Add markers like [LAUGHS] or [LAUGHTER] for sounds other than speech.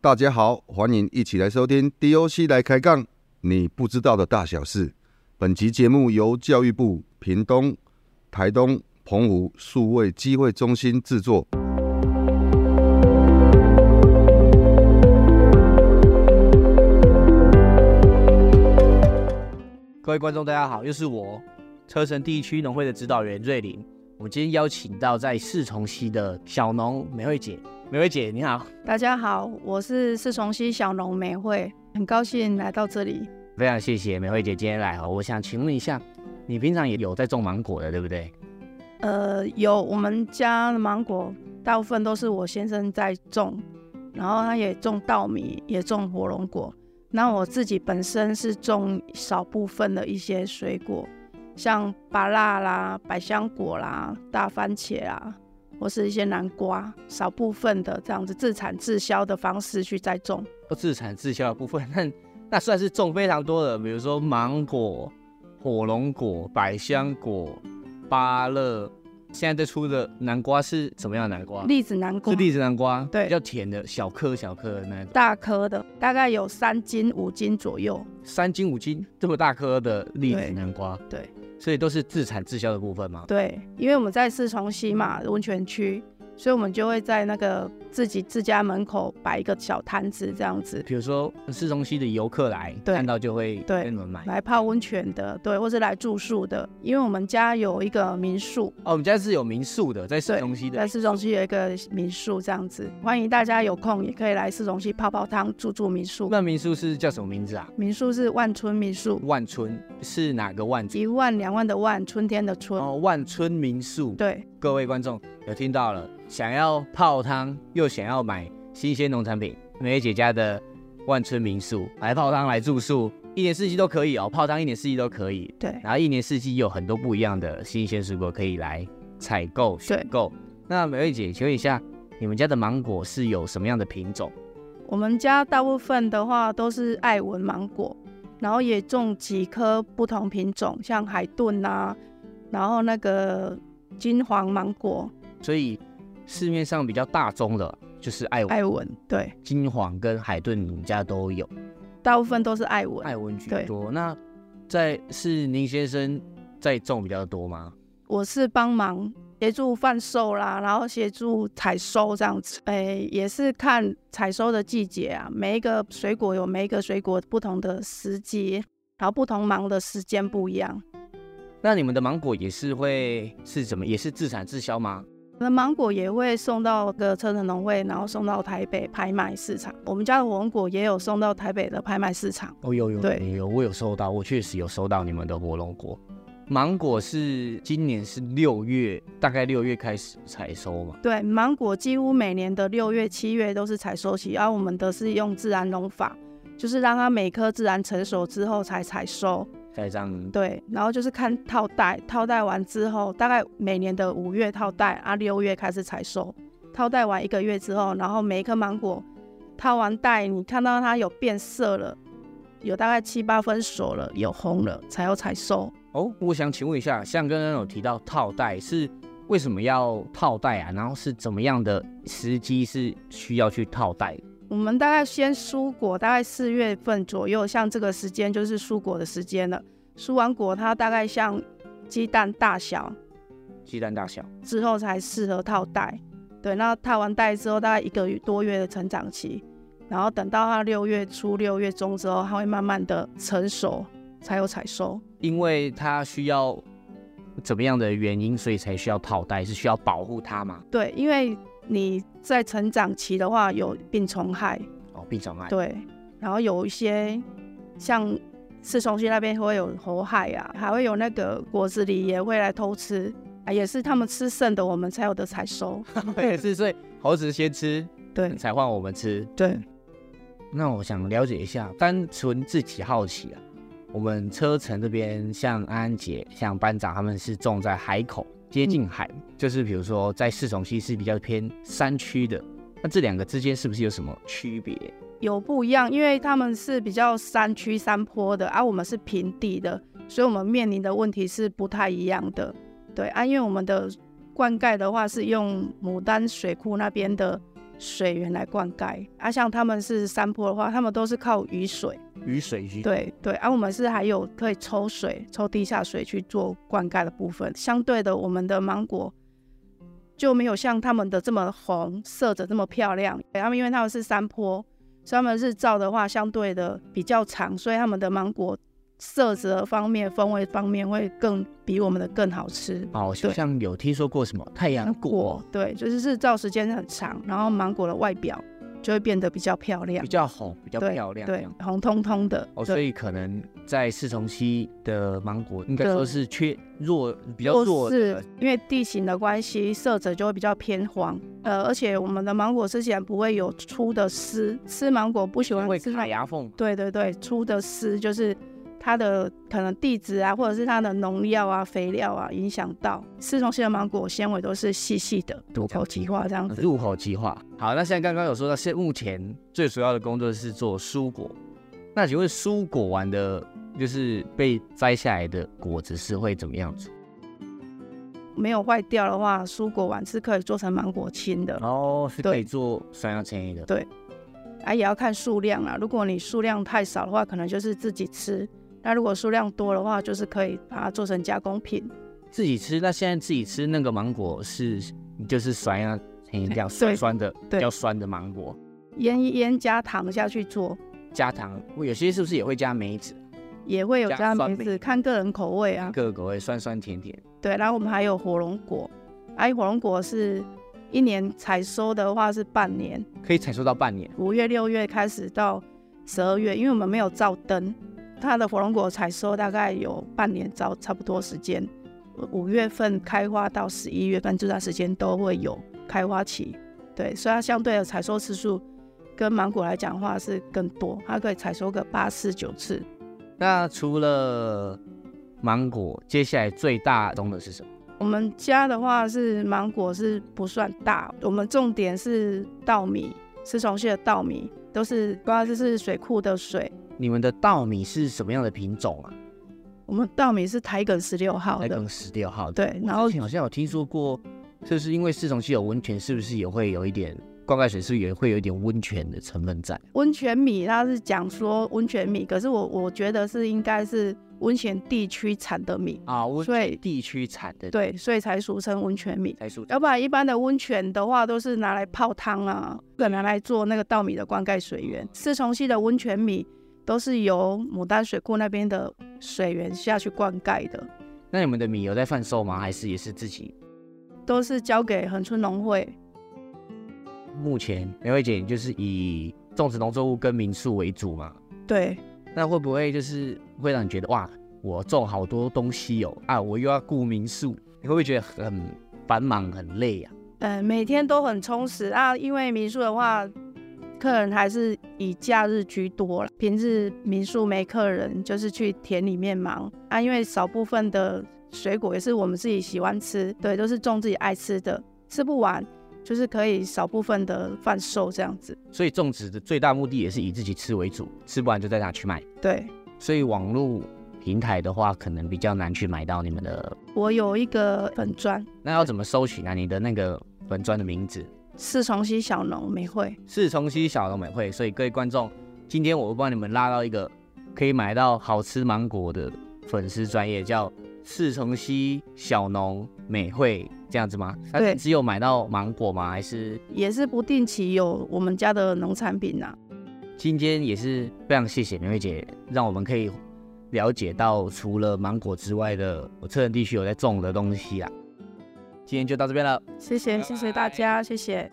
大家好，欢迎一起来收听 DOC 来开杠，你不知道的大小事。本集节目由教育部屏东、台东、澎湖数位机会中心制作。各位观众，大家好，又是我车城地区农会的指导员瑞林。我们今天邀请到在四重溪的小农美惠姐，美惠姐你好，大家好，我是四重溪小农美惠，很高兴来到这里。非常谢谢美惠姐今天来哦。我想请问一下，你平常也有在种芒果的，对不对？呃，有我们家的芒果，大部分都是我先生在种，然后他也种稻米，也种火龙果。那我自己本身是种少部分的一些水果，像芭辣啦、百香果啦、大番茄啦，或是一些南瓜，少部分的这样子自产自销的方式去栽种。都自产自销的部分，那那算是种非常多的，比如说芒果、火龙果、百香果、芭乐。现在在出的南瓜是什么样的南瓜？栗子南瓜是栗子南瓜，对比较甜的，小颗小颗的那种。大颗的，大概有三斤五斤左右。三斤五斤这么大颗的栗子对南瓜，对所以都是自产自销的部分嘛。对，因为我们在四重溪嘛温泉区，所以我们就会在那个自己自家门口摆一个小摊子这样子，比如说呃市中心的游客来对看到就会对跟你们买。来泡温泉的，对，或是来住宿的。因为我们家有一个民宿，哦，我们家是有民宿的，在市中心的在。四重溪有一个民宿这样子，欢迎大家有空也可以来四重溪泡泡汤，住住民宿。那民宿是叫什么名字啊？民宿是万春民宿，万春是哪个万春？一万两万的万，春天的春。哦，万春民宿。对各位观众有听到了，想要泡汤又想要买新鲜农产品，美美姐家的万春民宿来泡汤来住宿，一年四季都可以哦，泡汤一年四季都可以。对然后一年四季有很多不一样的新鲜水果可以来采购选购。那美惠姐，请问一下，你们家的芒果是有什么样的品种？我们家大部分的话都是爱文芒果，然后也种几颗不同品种，像海顿啊，然后那个金黄芒果、所以市面上比较大宗的就是爱文、爱文，对，金黄跟海顿，你们家都有，大部分都是爱文。爱文居对多。那在是宁先生在种比较多吗？我是帮忙协助贩售啦，然后协助采收这样子，诶、也是看采收的季节啊，每一个水果有每一个水果不同的时节，然后不同忙的时间不一样。那你们的芒果也是会是怎么？也是自产自销吗？那芒果也会送到个车城农会，然后送到台北拍卖市场。我们家的火龙果也有送到台北的拍卖市场。哦，有有对有有，我有收到，我确实有收到你们的火龙果。芒果是今年是六月，大概六月开始采收嘛。对，芒果几乎每年的六月、七月都是采收期，啊而、我们的是用自然农法，就是让它每颗自然成熟之后才采收。再这样，对，然后就是看套袋，套袋完之后，大概每年的五月套袋啊，六月开始采收。套袋完一个月之后，然后每一颗芒果套完袋，你看到它有变色了，有大概七八分熟了，有红了，才要采收。哦，我想请问一下，像刚刚有提到套袋是为什么要套袋啊？然后是怎么样的时机是需要去套袋？我们大概先蔬果，大概四月份左右，像这个时间就是蔬果的时间了。蔬完果它大概像鸡蛋大小，鸡蛋大小，之后才适合套袋。对，那套完袋之后大概一个多月的成长期，然后等到它六月初、六月中之后，它会慢慢的成熟，才有采收。因为它需要怎么样的原因，所以才需要套袋，是需要保护它嘛？对，因为你在成长期的话有病虫害，哦，病虫害。对，然后有一些像市重溪那边会有猴害啊，还会有那个果子狸也会来偷吃，啊，也是他们吃剩的，我们才有的采收。对， [LAUGHS] 是所以猴子先吃，对才换我们吃。对，那我想了解一下，单纯自己好奇啊，我们车城这边像安安姐、像班长他们是种在海口，接近海，就是比如说在四重溪是比较偏山区的，那这两个之间是不是有什么区别？有不一样，因为他们是比较山区山坡的，啊而、我们是平地的，所以我们面临的问题是不太一样的。对啊，因为我们的灌溉的话是用牡丹水库那边的水源来灌溉。啊，像他们是山坡的话，他们都是靠雨水。雨水机，对对，啊，我们是还有可以抽水、抽地下水去做灌溉的部分。相对的，我们的芒果就没有像他们的这么红，色泽这么漂亮。他们因为他们是山坡，所以他们日照的话相对的比较长，所以他们的芒果色泽方面、风味方面会更比我们的更好吃。哦，对像有听说过什么太阳果果对，就是日照时间很长，然后芒果的外表就会变得比较漂亮比，较红，比较对漂亮，这对样。，红彤彤的。哦，对所以可能在适从期的芒果应该说对是缺弱，比较弱弱的是因为地形的关系，色泽就会比较偏黄。呃，而且我们的芒果之前不会有粗的丝，吃芒果不喜欢会啊吃卡那牙缝嘛，对对对，粗的丝就是它的可能地质啊，或者是它的农药啊、肥料啊影响到。刺虫性的芒果纤维都是细细的，入口即化这样子。呃入口即化。好，那现在刚刚有说到，现目前最主要的工作是做蔬果。那请问蔬果完的，就是被摘下来的果子是会怎么样子？没有坏掉的话，蔬果丸是可以做成芒果青的。哦，是可以对做酸药千一的。对啊，也要看数量啦。如果你数量太少的话，可能就是自己吃；那如果数量多的话，就是可以把它做成加工品。自己吃，那现在自己吃那个芒果是就是酸呀，很这样 [LAUGHS] 对酸的，比对较酸的芒果，腌一腌加糖下去做，加糖，有些是不是也会加梅子？也会有加加酸梅梅子，看个人口味啊。各个口味酸酸甜甜。对，然后我们还有火龙果，哎、火龙果是一年采收的话是半年，可以采收到半年，五月六月开始到十二月，因为我们没有照灯，它的火龙果采收大概有半年照差不多时间，五月份开花到十一月份这段时间都会有开花期，对，所以它相对的采收次数跟芒果来讲的话是更多，它可以采收个八次九次。那除了芒果，接下来最大宗的是什么？我们家的话是芒果是不算大，我们重点是稻米，是重庆的稻米，都是主要就是水库的水。你们的稻米是什么样的品种啊？我们稻米是台梗十六号来的跟，十六号。对，然然后后好像有听说过，就是因为四重溪有温泉，是不是也会有一点灌溉水，是不是也会有一点温泉的成分在？温泉米它是讲说温泉米，可是我我觉得是应该是温泉地区产的米，啊，温所以地区产的对，所以才俗称温泉米。才蔬要不然一般的温泉的话，都是拿来泡汤啊，或者拿来做那个稻米的灌溉水源。四重溪的温泉米都是由牡丹水库那边的水源下去灌溉的，那你们的米有在贩售吗？还是也是自己？都是交给恒春农会。目前梅慧姐就是以种植农作物跟民宿为主嘛？对，那会不会就是会让你觉得哇，我种好多东西哦啊，我又要顾民宿，你会不会觉得很繁忙很累啊？呃，每天都很充实啊。因为民宿的话，客人还是以假日居多了，平日民宿没客人，就是去田里面忙啊。因为少部分的水果也是我们自己喜欢吃，对，都是种自己爱吃的，吃不完就是可以少部分的贩售这样子。所以种植的最大目的也是以自己吃为主，吃不完就再拿去卖。对所以网络平台的话，可能比较难去买到你们的。我有一个粉砖，那要怎么搜寻啊？你的那个粉砖的名字四重溪小农美惠，是重溪小农美惠。所以各位观众，今天我会帮你们拉到一个可以买到好吃芒果的粉丝专业，叫四重溪小农美惠，这样子吗？它对是只有买到芒果吗？还是也是不定期有我们家的农产品呐、今天也是非常谢谢明慧姐，让我们可以了解到除了芒果之外的我车城地区有在种的东西啊。今天就到这边了。谢谢，谢谢大家，谢谢。